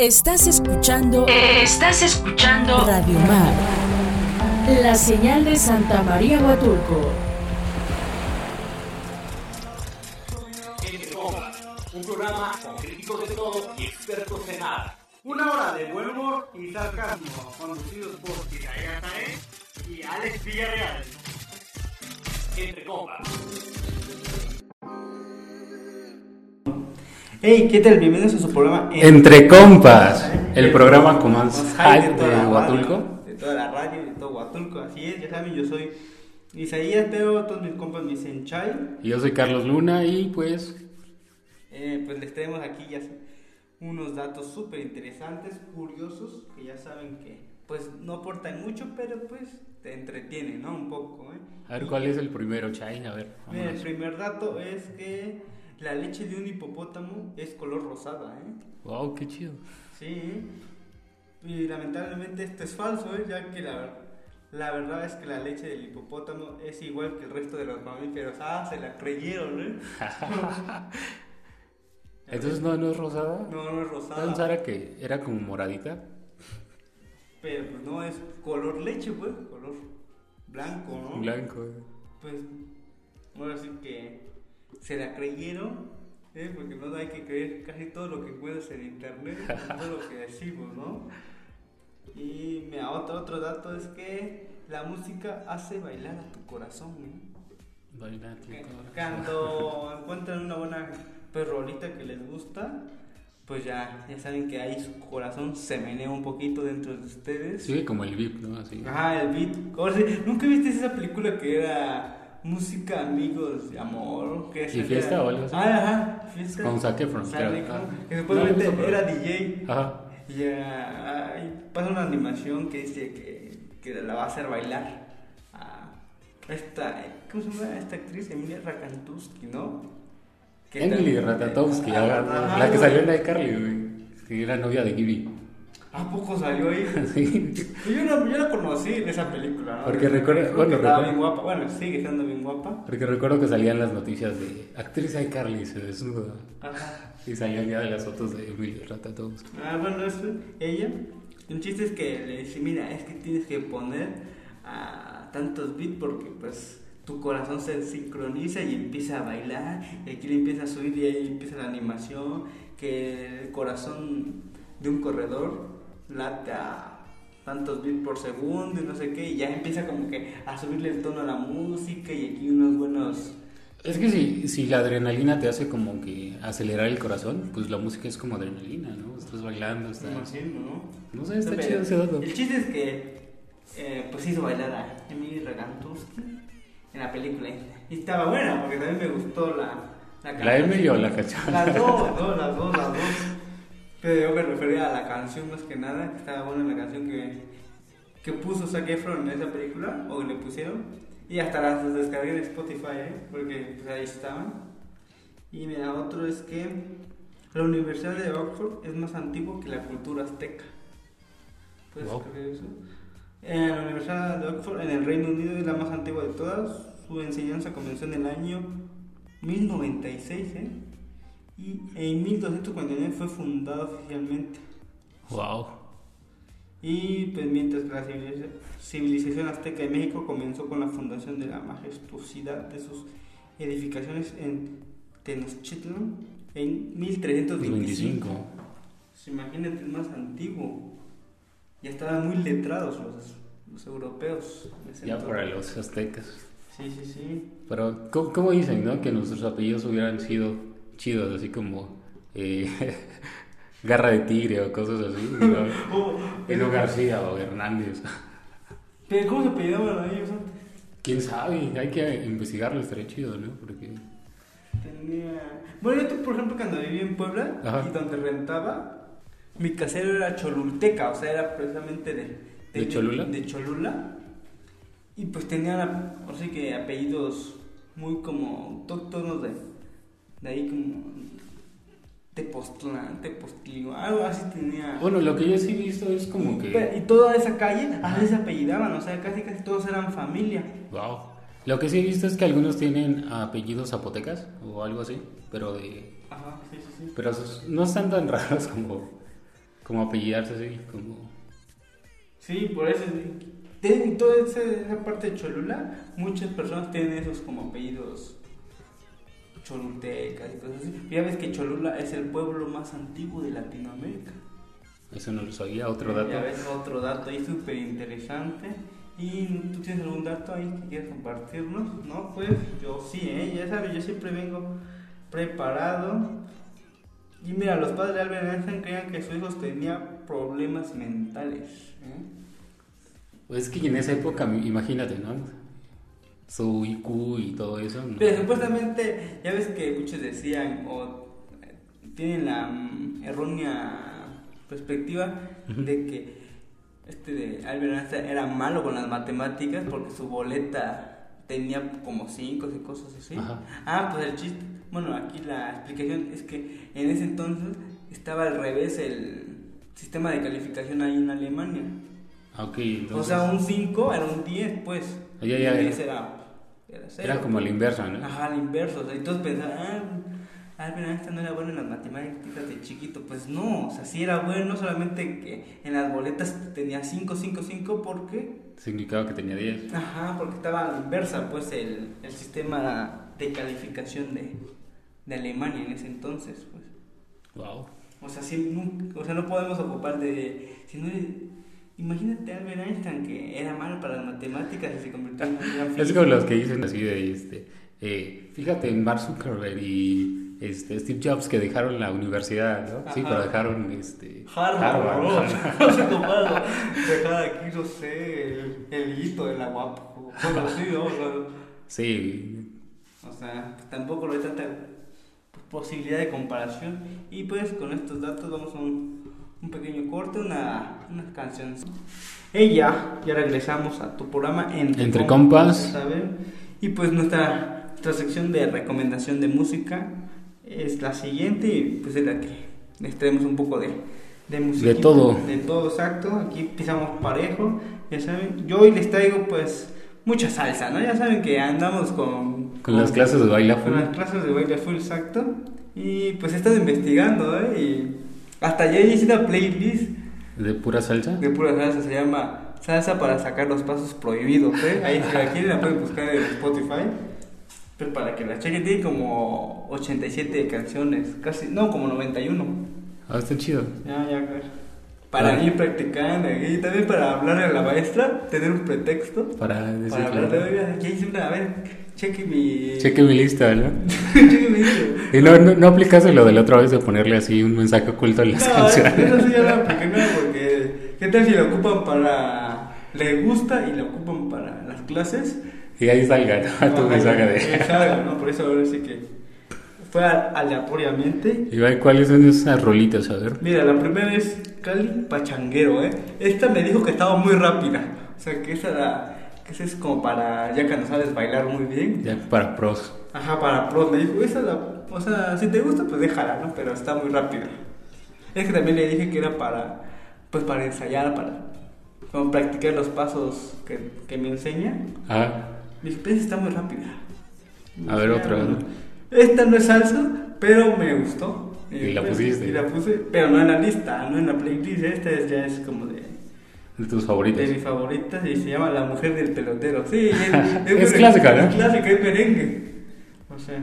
Estás escuchando. Estás escuchando Radio Mar. La señal de Santa María Huatulco. Entre Copas, un programa con críticos de todo y expertos en nada. Una hora de buen humor y sarcasmo, conducidos por Isaías Saez y Alex Villarreal. Entre Copas. Hey, ¿qué tal? Bienvenidos a su programa Entre Compas, el programa con más hype toda de la Huatulco. radio, De toda la radio, de todo Huatulco, así es, ya saben, yo soy Isaías, pero todos mis compas me dicen Chay. Y yo soy Carlos Luna y pues Eh, pues les traemos aquí ya unos datos súper interesantes, curiosos, que ya saben que pues no aportan mucho, pero pues te entretienen, ¿no? Un poco, ¿eh? a ver cuál es el primero, Chay, a ver. Mira, el vámonos. primer dato es que la leche de un hipopótamo es color rosada, ¿eh? Wow, qué chido. Sí. ¿eh? Y lamentablemente esto es falso, ¿eh? ya que la, la verdad es que la leche del hipopótamo es igual que el resto de los mamíferos. Ah, se la creyeron, ¿eh? Entonces no, no es rosada. No, no es Yo rosada. pensara que era como moradita. Pero pues no es color leche, pues, color blanco, ¿no? Blanco. eh. Pues, ahora sí que se la creyeron, ¿eh? porque no hay que creer casi todo lo que encuentras en internet, todo lo que decimos, ¿no? Y mira, otro, otro dato es que la música hace bailar a tu corazón, ¿eh? Bailar, tío, Que- cabrón. Cuando encuentran una buena pues, rolita que les gusta, pues ya, ya saben que ahí su corazón se menea un poquito dentro de ustedes. Sigue como el VIP, ¿no? Así. Ah, el beat. O sea, ¿Nunca viste esa película que era música, amigos, y amor? Que ¿Y fiesta o algo así? Ah, ajá, fiesta. Con Zac Efron, Zac claro. Efron, Ah. Que No supuestamente lo he visto, era pero- DJ. Ajá. Y ah, ay, pasa una animación que dice que, que la va a hacer bailar a esta, ¿cómo se llama esta actriz? Emilia Rakantuski, ¿no? Que Emily también- Ratatowski, Ah, ahora, ajá, la que güey. salió en la de Carly, güey. Que era novia de Gibby. ¿A poco salió ahí? Pues Sí. Yo la, yo la conocí en esa película, ¿no? Porque recuerda- Creo bueno, que estaba recuerda- bien guapa. Bueno, sigue estando bien guapa. Porque recuerdo que salían las noticias de actriz iCarly se desnuda. Ajá. Y salían ya de las fotos de Emily Ratatowski. Ah, bueno, es ella. Un chiste es que le dice, mira, es que tienes que poner a tantos beats porque pues tu corazón se sincroniza y empieza a bailar, y aquí le empieza a subir y ahí empieza la animación, que el corazón de un corredor late a tantos beats por segundo y no sé qué, y ya empieza como que a subirle el tono a la música y aquí unos buenos... Es que si, si la adrenalina te hace como que acelerar el corazón, pues la música es como adrenalina, ¿no? Estás Me bailando, estás... imagino, ¿no? No sé, Pues está Pero chido ese dato. El chiste es que eh, pues hizo bailar a Emily Ragantuski en la película. Y estaba buena porque también me gustó la la, ¿La canción. Emily o la cachorra? Las dos, no, las dos, las dos. Pero yo me refería a la canción más que nada, que estaba buena la canción que, que puso Zac Efron en esa película, o que le pusieron. Y hasta las descargué en Spotify, ¿eh? porque pues, ahí estaban. Y mira, otro es que la Universidad de Oxford es más antigua que la cultura azteca. ¿Puedes Wow. creer eso? Eh, la Universidad de Oxford en el Reino Unido es la más antigua de todas. Su enseñanza comenzó en el año 1096, ¿eh? Y en 1249 fue fundada oficialmente. Wow. Y pues mientras que la civiliza- civilización azteca de México comenzó con la fundación de la majestuosidad de sus edificaciones en Tenochtitlan en 1325. 25. Pues imagínate, el más antiguo. Ya estaban muy letrados los, los europeos. en ese Ya entonces. para los aztecas. Sí, sí, sí. Pero, ¿cómo, cómo dicen, no? Que nuestros apellidos hubieran sido chidos, así como... eh, garra de tigre o cosas así, ¿no? Oh, Eno García o Hernández. pero eh, ¿cómo se apellidaban ellos antes? ¿Quién sabe? Hay que investigarlo, estaría chido, ¿no? Porque... Tenía... Bueno, yo, por ejemplo, cuando vivía en Puebla Ajá. y donde rentaba, mi casero era cholulteca, o sea, era precisamente de, ¿De Cholula? De Cholula. Y pues tenía, o sea, que apellidos muy como autóctonos de, de ahí como Tepoztlán, Tepoztlán, algo así tenía. Bueno, lo que yo sí he visto es como Pero- que... Y toda esa calle, así se apellidaban, o sea, casi casi todos eran familia. Wow. Lo que sí he visto es que algunos tienen apellidos zapotecas o algo así, pero de... Ajá, sí, sí, sí. Pero esos no están tan raros como... como apellidarse así, como... Sí, por eso. En toda esa, esa parte de Cholula, muchas personas tienen esos como apellidos cholutecas y cosas así. Ya ves que Cholula es el pueblo más antiguo de Latinoamérica. Eso no lo sabía, otro dato. Ya ves otro dato ahí súper interesante. ¿Y tú tienes algún dato ahí que quieras compartirnos? No, pues yo sí, ¿eh? ya sabes, yo siempre vengo preparado. Y mira, los padres de Albert Einstein creían que su hijo tenía problemas mentales. ¿eh? Pues es que en esa época, imagínate, ¿no? Su IQ y todo eso. ¿no? Pero supuestamente, ya ves que muchos decían o eh, tienen la mm, errónea perspectiva de que este de Albert Einstein era malo con las matemáticas porque su boleta tenía como 5 y cosas así. Ajá. Ah, pues el chiste, bueno, aquí la explicación es que en ese entonces estaba al revés el sistema de calificación ahí en Alemania. Ah, ok, entonces... O sea, un 5 era un 10, pues. Ah, ya, ya, Un ya. 10 era, era cero. Era como la inversa, ¿no? Ajá, al inverso. O sea, entonces pensaba, ah, Albert Einstein no era bueno en las matemáticas de chiquito. Pues no, o sea, sí era bueno, solamente que en las boletas tenía 5, 5, 5 porque, Significaba que tenía 10. ajá, porque estaba a la inversa, pues, el, el sistema de calificación de, de Alemania en ese entonces, pues. Wow. O sea, sí, nunca- o sea, no podemos ocupar de... Si no, imagínate a Albert Einstein que era malo para las matemáticas y se convirtió en un gran Es físico. como los que dicen así de este. eh, fíjate en Mark Zuckerberg y este, Steve Jobs que dejaron la universidad, ¿no? Sí, Ajá. pero dejaron este. Harvard, ¿no? Se tomaron. Dejar aquí, no sé, el, el hito de la guapa. Bueno, sí, ¿no? O sea, Sí. O sea, tampoco no hay tanta posibilidad de comparación. Y pues con estos datos vamos a un, un pequeño corte, una, unas canciones. Y ya, ya regresamos a tu programa Entre, Entre compas. ya saben. Y pues nuestra, nuestra sección de recomendación de música es la siguiente y pues es la que les traemos un poco de, de música. todo. De todo, exacto. Aquí pisamos parejo, ya saben. Yo hoy les traigo pues mucha salsa, ¿no? Ya saben que andamos con... Con las clases de baila Con las full. clases de baile full, exacto. Y pues he estado investigando, ¿eh? Y hasta ya hice una playlist de pura salsa. de pura salsa, se llama Salsa para sacar los pasos prohibidos, ¿eh? Ahí si la quieren la pueden buscar en Spotify. Pero para que la chequen, tiene como 87 canciones, casi, no, como 91. Ah, está chido. Ya, ya, claro. Para Ah. ir practicando y también para hablarle a la maestra, tener un pretexto. Para Para hablar decirle. de aquí hice una, a ver, cheque mi. Cheque mi lista, ¿no? cheque mi. libro. Y no, no, no aplicaste lo de la otra vez de ponerle así un mensaje oculto en las No, eso canciones. sí ya lo apliqué, no, porque. ¿Qué tal si lo ocupan para. Le gusta y lo ocupan para las clases? Y ahí salga, ¿no? Tu Ajá, mensaje de. que salga, ¿no? Por eso ahora sí que. Fue a- aleatoriamente. Y va, ¿cuáles son esas rolitas? A ver. Mira, la primera es Cali Pachanguero, ¿eh? Esta me dijo que estaba muy rápida. O sea, que esa, era- que esa es como para ya que no sabes bailar muy bien. Ya para pros. Ajá, para pros. Me dijo, esa la. O sea, si te gusta, pues déjala, ¿no? Pero está muy rápida. Es que también le dije que era para. Pues para ensayar, para. Como practicar los pasos que, que me enseña. Ah, Me dije, pues está muy rápida. A ver, Dije, otra, "Ah, ¿no? bueno". Esta no es salsa, pero me gustó. Y Eh, la pues, pusiste. Y la puse, pero no en la lista, no en la playlist. Esta es- ya es como de. de tus De favoritas. mis favoritas y se llama La Mujer del Pelotero. Sí, es, Es mere- clásica, ¿no? Es clásica, es merengue. O sea,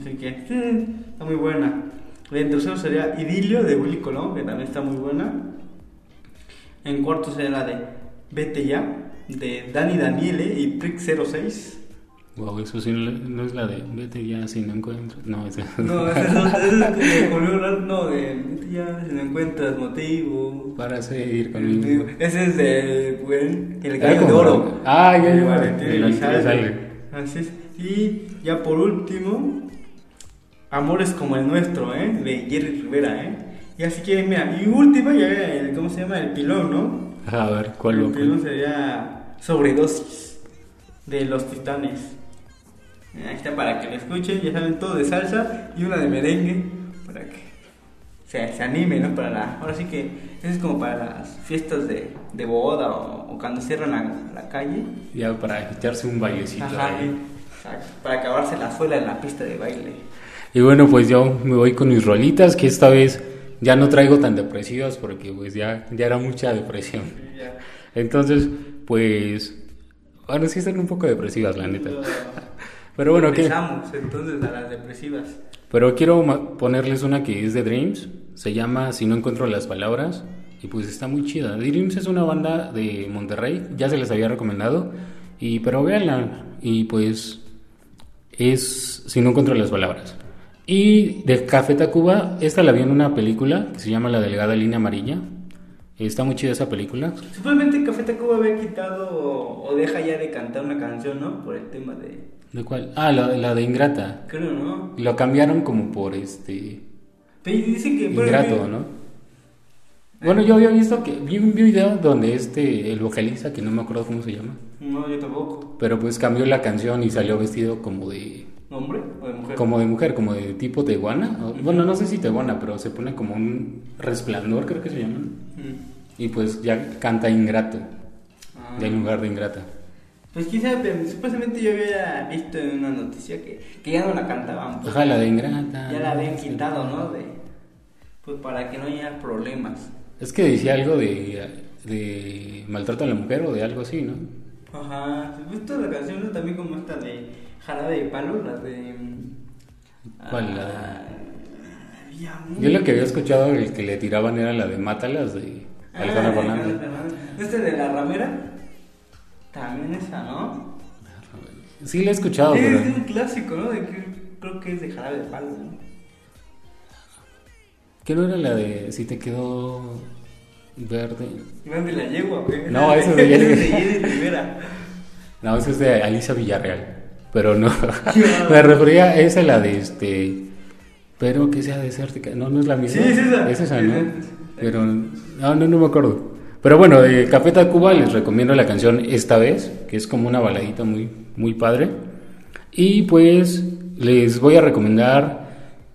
así que eh, está muy buena. En tercero sería Idilio de Willy Colón, que también está muy buena. En cuarto sería la de Vete ya, de Dani Daniele y Trick 06. Wow, eso sí, no no es la de vete ya si no encuentro. No, esa No, ese no, ese es como de Julio Blas, no, de Vete ya, si no encuentras motivo. Para seguir conmigo. Ese es de güey, el Ah, gallo de como- oro. Ah, ya, El ya, Valentín el Valentín Elizalde. Elizalde. Así es. Y ya por último, Amores como el nuestro, ¿eh? De Jerry Rivera, ¿eh? Y así que, mira, y última, ya, el, ¿cómo se llama? El pilón, ¿no? A ver, ¿cuál el lo pilón sería Sobredosis de los Titanes. Eh, Ahí está para que lo escuchen, ya saben, todo de salsa y una de merengue para que se, se anime, ¿no? Para la, ahora sí que eso es como para las fiestas de, de boda o, o cuando cierran la, la calle. Ya para echarse un bailecito. Ajá, ahí. exacto, para acabarse la suela en la pista de baile. Y bueno, pues yo me voy con mis rolitas, que esta vez ya no traigo tan depresivas porque pues ya, ya era mucha depresión. Ya. Entonces, pues, bueno, sí están un poco depresivas, la neta. Lo- Pero bueno, lo ¿qué? besamos, entonces a las depresivas. Pero quiero ma- ponerles una que es de Dreams. Se llama Si no encuentro las palabras. Y pues está muy chida. Dreams es una banda de Monterrey. Ya se les había recomendado. Y, pero véanla. Y pues es Si no encuentro las palabras. Y de Café Tacuba, esta la vi en una película que se llama La Delgada Línea Amarilla. Está muy chida esa película. Supuestamente Café Tacuba había quitado o deja ya de cantar una canción, ¿no? Por el tema de... ¿De cuál? Ah, la, la de Ingrata. Creo, ¿no? Lo cambiaron como por este... Pero dicen que... bueno, Ingrato, que- ¿no? Bueno, yo había visto que vi un video donde este, el vocalista, que no me acuerdo cómo se llama, No, yo tampoco. pero pues cambió la canción y salió vestido como de, ¿Hombre o de mujer? como de mujer, como de tipo tehuana. o- Bueno, no sé si tehuana, pero se pone como un resplandor, creo que se llama. Mm. Y pues ya canta ingrato, Ah. del lugar de ingrata. Pues quién sabe, pero supuestamente yo había visto en una noticia que, que ya no la cantaban. pues. Ajá, la de ingrata. Ya la habían quitado, ¿no? De, pues para que no haya problemas. Es que decía algo de, de maltrato a la mujer o de algo así, ¿no? Ajá, Pues ¿has visto la canción no? también como esta de Jarabe de Palo? La de... mm, ah, ¿Cuál, la de- de...? Yo lo que había escuchado, el que le tiraban era la de Mátalas de Ah, Alejandra Fernández. Este de la ramera. También esa, ¿no? Sí, la he escuchado, Eh, es pero. un clásico, ¿no? De que- creo que es de Jarabe de Palo, ¿no? ¿Qué no era la de si te quedó verde? Grande la yegua, güey. No, esa es de Jenny. Esa Jenny Rivera. No, esa es de Alisa Villarreal. Pero no. Me refería a esa, la de este. Pero que sea desértica. No, no es la misma. Sí, es esa. Es esa, ¿no? Es Pero. No, no, no me acuerdo. Pero bueno, de Café Tacuba les recomiendo la canción Esta vez, que es como una baladita muy, muy padre. Y pues les voy a recomendar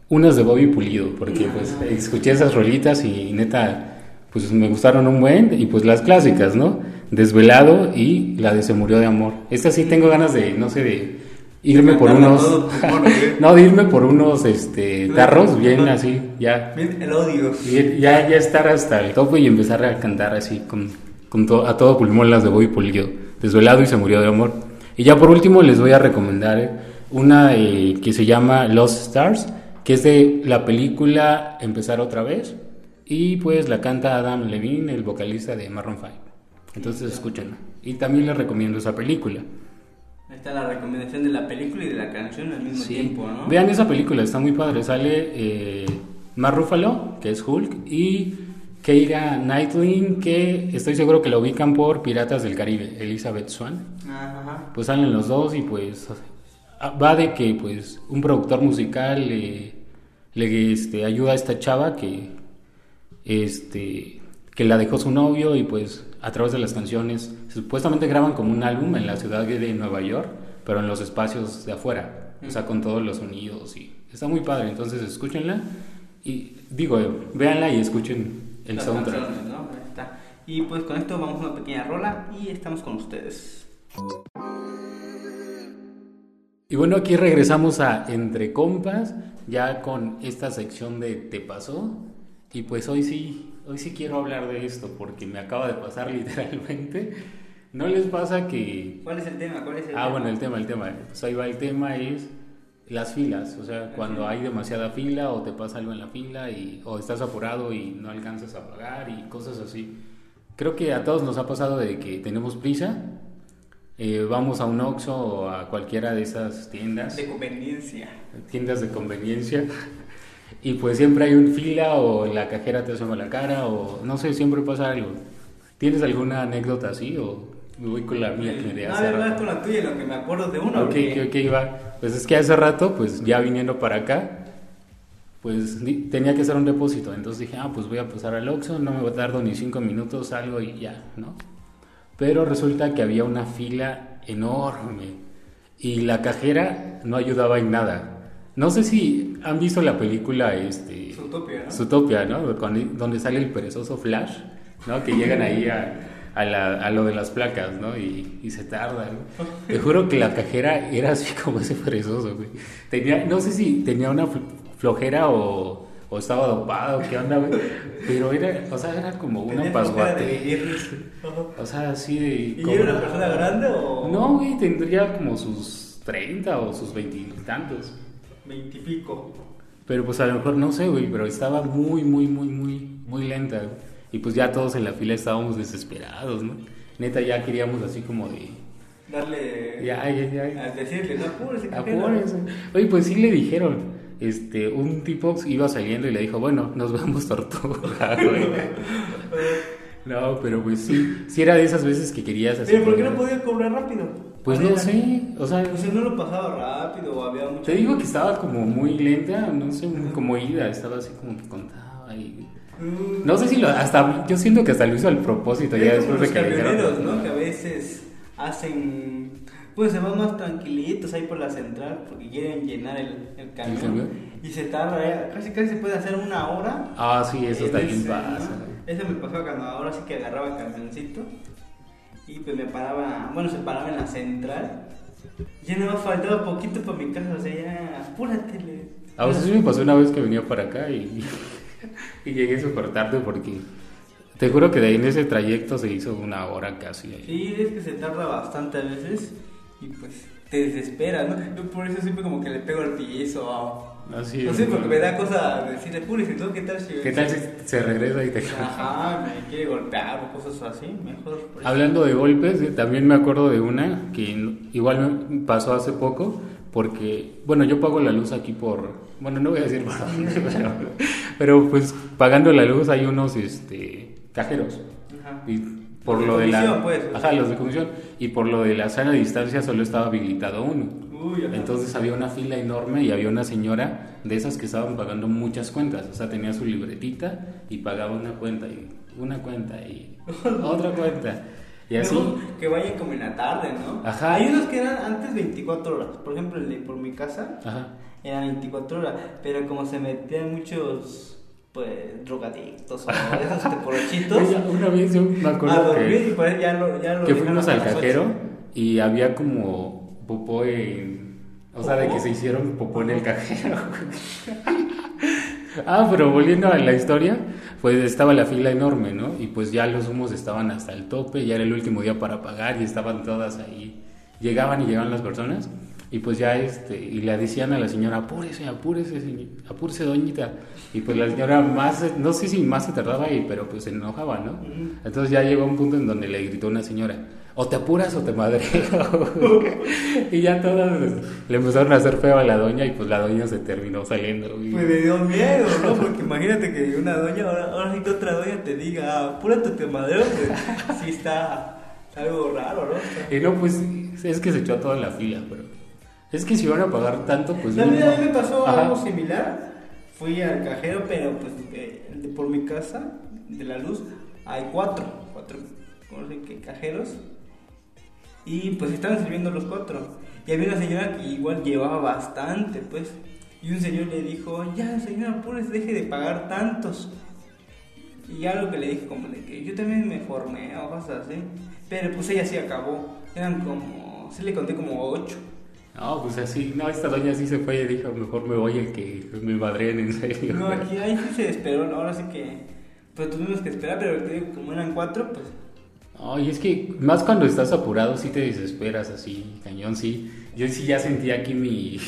unas de Bobby Pulido, porque pues escuché esas rolitas y neta, pues me gustaron un buen, y pues las clásicas, ¿no? Desvelado y la de Se murió de amor. Esta sí tengo ganas de, no sé, de irme por Cantarla unos... todo tu amor, ¿eh? no, de irme por unos, este, tarros bien así, ya. Bien, el odio. bien, Ya, ya estar hasta el tope y empezar a cantar así con, con to- a todo pulmón las de Bobby Pulido. Desvelado y se murió de amor. Y ya por último les voy a recomendar eh, una eh, que se llama Lost Stars, que es de la película Empezar otra vez. Y pues la canta Adam Levine, el vocalista de Maroon 5. Entonces escúchenla. Y también les recomiendo esa película. Ahí está la recomendación de la película y de la canción al mismo Sí. tiempo, ¿no? Vean esa película, está muy padre. Sale eh, Mark Ruffalo, que es Hulk, y Keira Knightley, que estoy seguro que la ubican por Piratas del Caribe, Elizabeth Swan. Ajá, ajá. Pues salen los dos y pues ah, va de que pues un productor musical le, le, este, ayuda a esta chava que este que la dejó su novio y pues a través de las canciones supuestamente graban como un álbum en la ciudad de Nueva York, pero en los espacios de afuera, o sea, con todos los sonidos y está muy padre, entonces escúchenla y digo, eh, véanla y escuchen el Las soundtrack. canciones, ¿no? Ahí está. Y pues con esto vamos a una pequeña rola y estamos con ustedes. Y bueno, aquí regresamos a Entre Compas, ya con esta sección de Te pasó. Y pues hoy sí, hoy sí quiero hablar de esto porque me acaba de pasar literalmente. ¿No les pasa que... ¿Cuál es el tema? ¿Cuál es el Ah, tema? bueno, el tema, el tema. Pues ahí va el tema es las filas, o sea, cuando hay demasiada fila o te pasa algo en la fila y o estás apurado y no alcanzas a pagar y cosas así. Creo que a todos nos ha pasado de que tenemos prisa. eh, vamos a un Oxxo o a cualquiera de esas tiendas De conveniencia. tiendas de conveniencia. Y pues siempre hay un fila o la cajera te asoma la cara o no sé, siempre pasa algo. ¿Tienes alguna anécdota así o me voy con la mía que me de no, hace a ver, vas rato? con la tuya, lo que me acuerdo de uno. Ok, porque- ok, ok, va. Pues es que hace rato, pues ya viniendo para acá, pues di- tenía que hacer un depósito. Entonces dije, ah, pues voy a pasar al Oxxo, no me tardo ni cinco minutos, salgo y ya, ¿no? Pero resulta que había una fila enorme y la cajera no ayudaba en nada. No sé si han visto la película, este... Zootopia, ¿no? Zootopia, ¿no? Con- donde sale el perezoso Flash, ¿no? Que llegan ahí a, a la- a lo de las placas, ¿no? Y, y se tarda, ¿no? Te juro que la cajera era así como ese perezoso, güey. Tenía, no sé si tenía una fl- flojera o, o o estaba dopado, qué onda, güey. Pero era, o sea, era como una Tenía flojera de pasguate. vivir. Ajá. O sea, así de. ¿Y como- era una persona grande o.? No, güey, tendría como sus 30 o sus 20 y tantos. Veintipico. Pero pues a lo mejor no sé, güey, pero estaba muy, muy, muy, muy, muy lenta. güey. Y pues ya todos en la fila estábamos desesperados, ¿no? Neta, ya queríamos así como de. Darle. Ya, ya, ya. A decirle, no apúrese, capitán. Apúrense. Oye, pues sí le dijeron. Este, un tipo iba saliendo y le dijo, bueno, nos vemos tortuga, güey. No, pero pues sí, sí era de esas veces que querías hacer. Pero ¿por qué no podía cobrar rápido? Pues no sé, o sea, O sea, no lo pasaba rápido, o había mucho. te digo que estaba como muy lenta, no sé, muy como ida, estaba así como que contaba y... Mm. No sé si lo, hasta, yo siento que hasta lo hizo al propósito, ya Es como después de los que le dijeron- camioneros, ¿no? Que a veces hacen. Pues se van más tranquilitos ahí por la central porque quieren llenar el, el camión. camión? Y se tarda, eh, casi casi se puede hacer una hora. Ah, sí, eso en también ese, pasa. ¿no? Ese me pasó cuando ahora sí que agarraba el camioncito. Y pues me paraba, bueno, se paraba en la central. Ya no me faltaba poquito para mi casa, o sea, ya apúrate. le- A vos sí me pasó una vez que venía para acá y, y llegué súper tarde porque te juro que de ahí en ese trayecto se hizo una hora casi. ahí. Sí, es que se tarda bastante a veces y pues te desesperas, ¿no? Yo por eso siempre como que le pego al piso. o- Así no es, sé, ¿no? porque me da cosa decirle, púrese, ¿no? ¿Qué tal si... ¿Qué tal si se regresa y te... Ajá, me quiere golpear o cosas así, mejor. por eso. Hablando de golpes, eh, también me acuerdo de una que n- igual me pasó hace poco, porque, bueno, yo pago la luz aquí por, bueno, no voy a decir por dónde, pero, pero, pues pagando la luz hay unos este, cajeros. Ajá. Y por Los de lo de la... comisión, pues. Ajá, los de comisión. Y por lo de la sana distancia solo estaba habilitado uno. Uy, ajá. Entonces había una fila enorme y había una señora de esas que estaban pagando muchas cuentas. O sea, tenía su libretita y pagaba una cuenta y una cuenta y otra cuenta. Y así. Mejor que vayan como en la tarde, ¿no? Ajá. Hay unos que eran antes 24 horas, por ejemplo, el de por mi casa Ajá. eran 24 horas, pero como se metían muchos, pues, drogadictos o esos teporochitos... Oye, Una vez yo me a acuerdo dormir y que, por ahí ya lo, ya lo que dejan fuimos hasta al las cajero ocho. y había como popó en. O sea, de que se hicieron popó en el cajero. Ah, pero volviendo a la historia, pues estaba la fila enorme, ¿no? Y pues ya los humos estaban hasta el tope, ya era el último día para pagar y estaban todas ahí. Llegaban y llegaban las personas y pues ya este, y le decían a la señora, apúrese, apúrese, señor- apúrese, doñita. Y pues la señora más, se- no sé si más se tardaba ahí, pero pues se enojaba, ¿no? Entonces ya llegó un punto en donde le gritó una señora, o te apuras o te madreo. y ya todas le empezaron a hacer feo a la doña y pues la doña se terminó saliendo. güey. Pues me dio miedo, ¿no? Porque imagínate que una doña, ahora, ahora sí que otra doña te diga, "Ah, apúrate te madreo, pues sí está algo raro, ¿no? Está- Y no, pues es que se echó a toda la fila, pero es que si van a pagar tanto, pues. También a mínimo. mí me pasó Ajá. algo similar. Fui al cajero, pero pues eh, de- por mi casa, de la luz, hay cuatro, cuatro ¿cómo se dice? cajeros. Y pues estaban sirviendo los cuatro. Y había una señora que igual llevaba bastante, pues. Y un señor le dijo, ya señora, pues deje de pagar tantos. Y ya lo que le dije, como de que yo también me formé o cosas así. Pero pues ella sí acabó. Eran como, sí le conté como ocho. No, pues así, no, esta doña sí se fue y dijo, mejor me voy el que me madreen en serio. No, aquí ahí sí se esperó, ahora sí que. Pues tuvimos que esperar, pero te digo, como eran cuatro, pues. No, y es que más cuando estás apurado, sí te desesperas así, cañón, sí. Yo sí ya sentí aquí mi,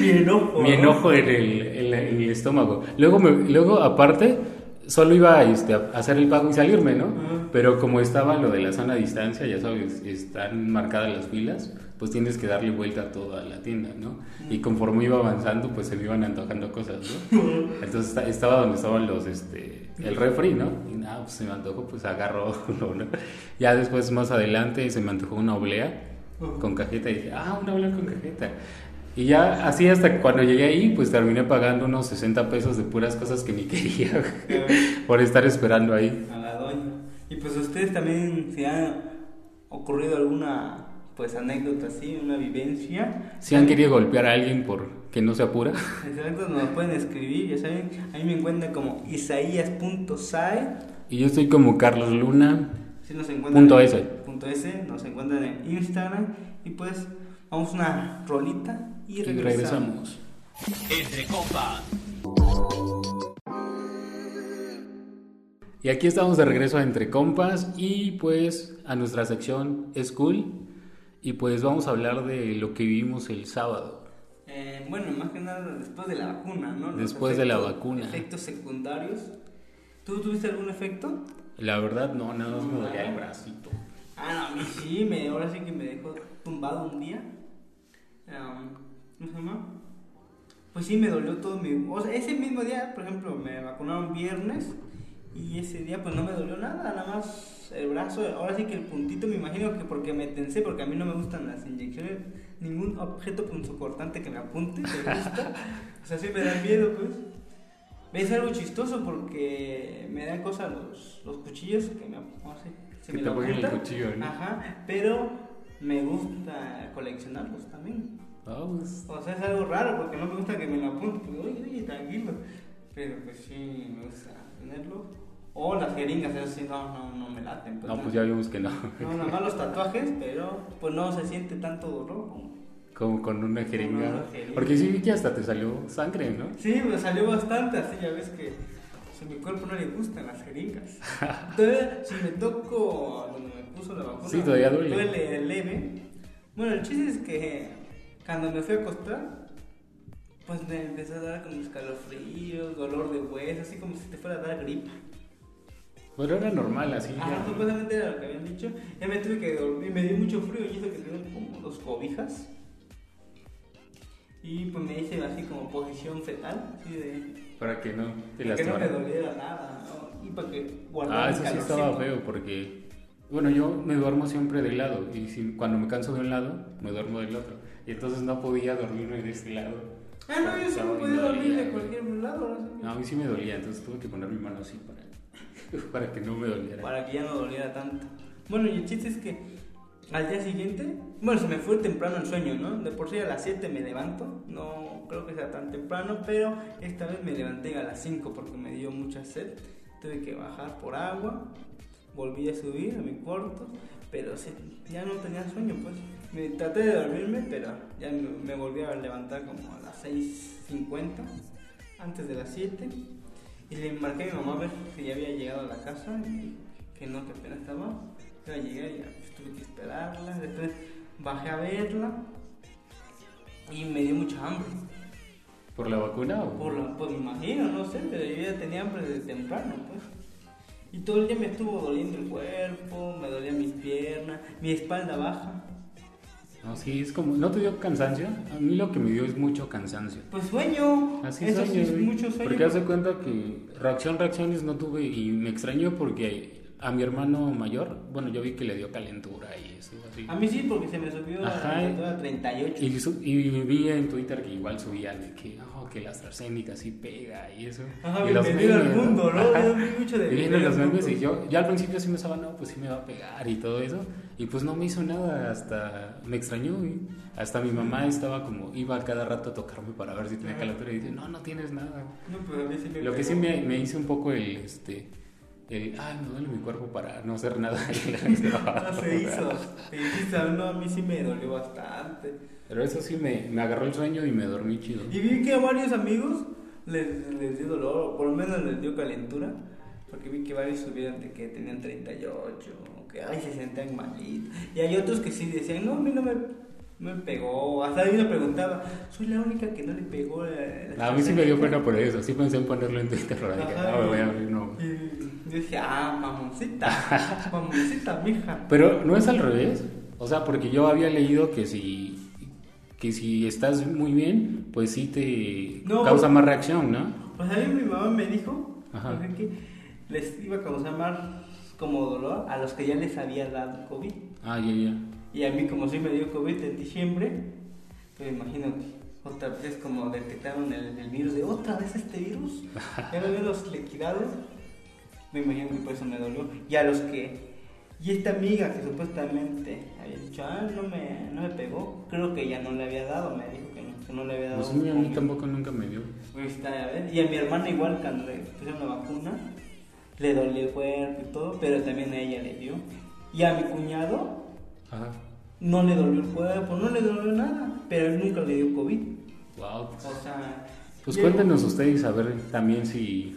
Mi enojo. mi ¿no? enojo en el, en la- en el estómago. Luego, me- luego aparte, solo iba este, a hacer el pago y salirme, ¿no? Ajá. Pero como estaba lo de la sana distancia, ya sabes, están marcadas las filas, pues tienes que darle vuelta a toda la tienda, ¿no? Y conforme iba avanzando, pues se me iban antojando cosas, ¿no? Entonces esta- estaba donde estaban los, este, el refri, ¿no? Y nada, pues se me antojó, pues agarró uno, ¿no? Ya después, más adelante, se me antojó una oblea con cajeta y dije, ah, una oblea con cajeta. Y ya así hasta que cuando llegué ahí, pues terminé pagando unos 60 pesos de puras cosas que ni quería por estar esperando ahí. A la doña. pues, Y pues ustedes también se han ocurrido alguna pues anécdota así, una vivencia. Si han querido golpear a alguien por que no se apura. Exacto, nos pueden escribir, ya saben. Ahí me encuentran como isaías.sae. Y yo estoy como Carlos Luna. Si nos encuentran Punto en- S. Punto S, nos encuentran en Instagram. Y pues vamos una rolita Y regresamos. Entre compas. Y aquí estamos de regreso a Entre Compas y pues a nuestra sección Es Cool. Y pues vamos a hablar de lo que vivimos el sábado. Eh, bueno, más que nada después de la vacuna, ¿no? Los Después de la vacuna. Efectos secundarios. ¿Tú tuviste algún efecto? La verdad no, nada más me dolía el bracito. Ah, no, a mí sí, me, ahora sí que me dejó tumbado un día. Am, ¿Cómo se llama? Pues sí, me dolió todo mi... O sea, ese mismo día, por ejemplo, me vacunaron viernes y ese día pues no me dolió nada, nada más el brazo, ahora sí que el puntito me imagino que porque me tensé, porque a mí no me gustan las inyecciones, ningún objeto punzocortante que me apunte, me gusta. o sea, sí me da miedo, pues. Es algo chistoso porque me dan cosa los, los cuchillos que me, no sé, se Que me te lo peguen el apuntan. cuchillo, ¿no? Ajá, pero me gusta coleccionarlos también. Ah, pues, O sea, es algo raro porque no me gusta que me lo apunten. Pues, oye, oye, tranquilo. Pero pues sí, me gusta tenerlo. O las jeringas, eso sí, no, no, no me laten. no, pues ya vimos que no. No, nada más los tatuajes, pero pues no se siente tanto dolor. como- Como con una jeringa. una jeringa. Porque sí vi que hasta te salió sangre, ¿no? Sí, me salió bastante, así ya ves que pues, a mi cuerpo no le gustan las jeringas. Entonces, si me toco donde me puso la vacuna, Sí, todavía duele. Duele leve. Bueno, el chiste es que cuando me fui a acostar, pues me empezó a dar como escalofríos, dolor de hueso, así como si te fuera a dar gripa. Pero era normal así. Ah, ya. supuestamente era lo que habían dicho. Ya me tuve que dormir, me dio mucho frío y eso que tengo como dos cobijas. Y pues me hice así como posición fetal, así de Para que no te para que no me lastimaran. doliera nada, ¿no? Y para que guardara Ah, el eso sí calorcito. estaba feo porque, bueno, yo me duermo siempre del lado y si- cuando me canso de un lado, me duermo del otro. Y entonces no podía dormirme de este lado. Ah, no, yo sí Estaba me bien podía dormir dolida, de güey. cualquier lado, ahora sí. No, a mí sí me dolía, entonces tuve que poner mi mano así para, para que no me doliera. Para que ya no doliera tanto. Bueno, y el chiste es que al día siguiente, bueno, se me fue temprano el sueño, ¿no? De por sí a las 7 me levanto, no creo que sea tan temprano, pero esta vez me levanté a las 5 porque me dio mucha sed. Tuve que bajar por agua, volví a subir a mi cuarto, pero sí, ya no tenía sueño, pues. Me traté de dormirme, pero ya me, me volví a levantar como a las 6.50, antes de las 7. Y le marqué a mi mamá a ver si ya había llegado a la casa, y que no, que apenas estaba. Iba a llegar y ya, pues, tuve que esperarla. Después bajé a verla y me dio mucha hambre. ¿Por la vacuna o? Por, la- por me imagino, no sé, pero yo ya tenía hambre desde temprano, pues. Y todo el día me estuvo doliendo el cuerpo, me dolían mis piernas, mi espalda baja. No, sí, es como, ¿no te dio cansancio? A mí lo que me dio es mucho cansancio. Pues sueño. Así Eso sueño, sí es güey. mucho sueño. Porque hace cuenta que reacción, reacciones no tuve y me extrañó porque a mi hermano mayor, bueno, yo vi que le dio calentura y eso, así. A mí sí, porque se me subió Ajá, a, a 38. Y, su- y vi en Twitter que igual subían de que, oh, que la AstraZeneca sí pega y eso. Ajá, y los bienvenido al memes, mundo, ¿no? Ajá. Yo vi mucho de Y vienen bienvenido los al memes y mundo. yo, ya al principio sí me estaba, no, pues sí me va a pegar y todo eso. Y pues no me hizo nada, hasta me extrañó. güey. Hasta mi mamá estaba como, iba cada rato a tocarme para ver si tenía calentura y dice, no, no tienes nada. No, pues a mí sí me Lo que pegó. sí me, me hizo un poco el, este, el, ay, me duele mi cuerpo para no hacer nada. Y la hice abajo. No se hizo. Se hizo, no, a mí sí me dolió bastante. Pero eso sí me, me agarró el sueño y me dormí chido. Y vi que a varios amigos les, les dio dolor, o por lo menos les dio calentura, porque vi que varios subieron de que tenían 38, o que ay, se sentían malitos. Y hay otros que sí decían, no, a mí no me, me pegó. Hasta alguien me preguntaba, soy la única que no le pegó. la- la A mí sí me dio AstraZeneca?" pena por eso, sí pensé en ponerlo en Twitter, pero dije, Ajá, no, me voy a y- abrir, no. Y yo dije, ah, mamoncita, mamoncita, mija. Pero no es al revés, o sea, porque yo había leído que si, que si estás muy bien, pues sí te No. causa más reacción, ¿no? Pues a mí mi mamá me dijo Ajá. pues, que les iba a causar más como dolor a los que ya les había dado COVID. Ah, ya, ya. Y a mí como sí me dio COVID en diciembre, pues imagínate, otra vez como detectaron el, el virus de otra vez este virus, ya lo habían los liquidados, me imagino que por eso me dolió. Y a los que... Y esta amiga que supuestamente había dicho, ah, no me, no me pegó, creo que ya no le había dado, me dijo que no, que no le había dado. Pues a mí- a mí COVID. tampoco nunca me dio. Pues, está, ya ves. Y a mi hermana igual cuando le pusieron la vacuna, le dolió el cuerpo y todo, pero también a ella le dio. Y a mi cuñado Ajá. no le dolió el cuerpo, no le dolió nada, pero él nunca le dio COVID. Wow. O sea... Pues le- cuéntenos ustedes a ver también si,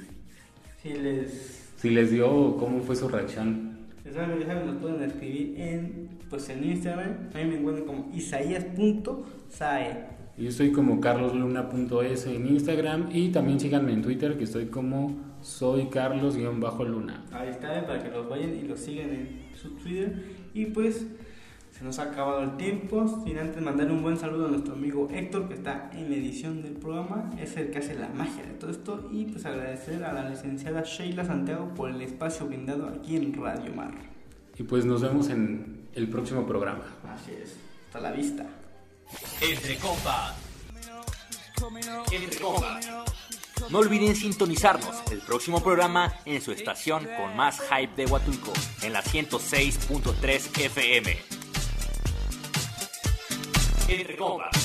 Si les... si si les dio o cómo fue su reacción. Ya saben, ya saben, nos pueden escribir en, pues, en Instagram. A mí me encuentran como isaías.sae. Yo estoy como carlosluna.es en Instagram y también síganme en Twitter que estoy como soy carlos-luna. Ahí está, eh, para que los vayan y los sigan en su Twitter. Y pues se nos ha acabado el tiempo. Sin antes mandar un buen saludo a nuestro amigo Héctor, que está en la edición del programa. Es el que hace la magia de todo esto. Y pues agradecer a la licenciada Sheila Santiago por el espacio brindado aquí en Radio Mar. Y pues nos vemos en el próximo programa. Así es. Hasta la vista. Entre Compas. Entre Compas. No olviden sintonizarnos el próximo programa en su estación con más hype de Huatulco, en la 106.3 FM. Entre Compas.